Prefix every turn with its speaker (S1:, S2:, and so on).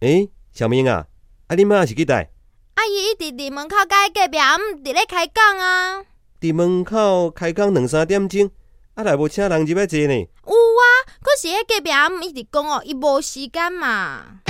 S1: 诶、小明啊，啊你妈是去倒？
S2: 啊，伊一直伫门口甲伊隔壁阿姆伫咧开讲啊。
S1: 伫门口开工两三点钟，啊来无请人入来坐呢？
S2: 有啊，可是迄隔壁阿姆一直讲哦，伊无时间嘛。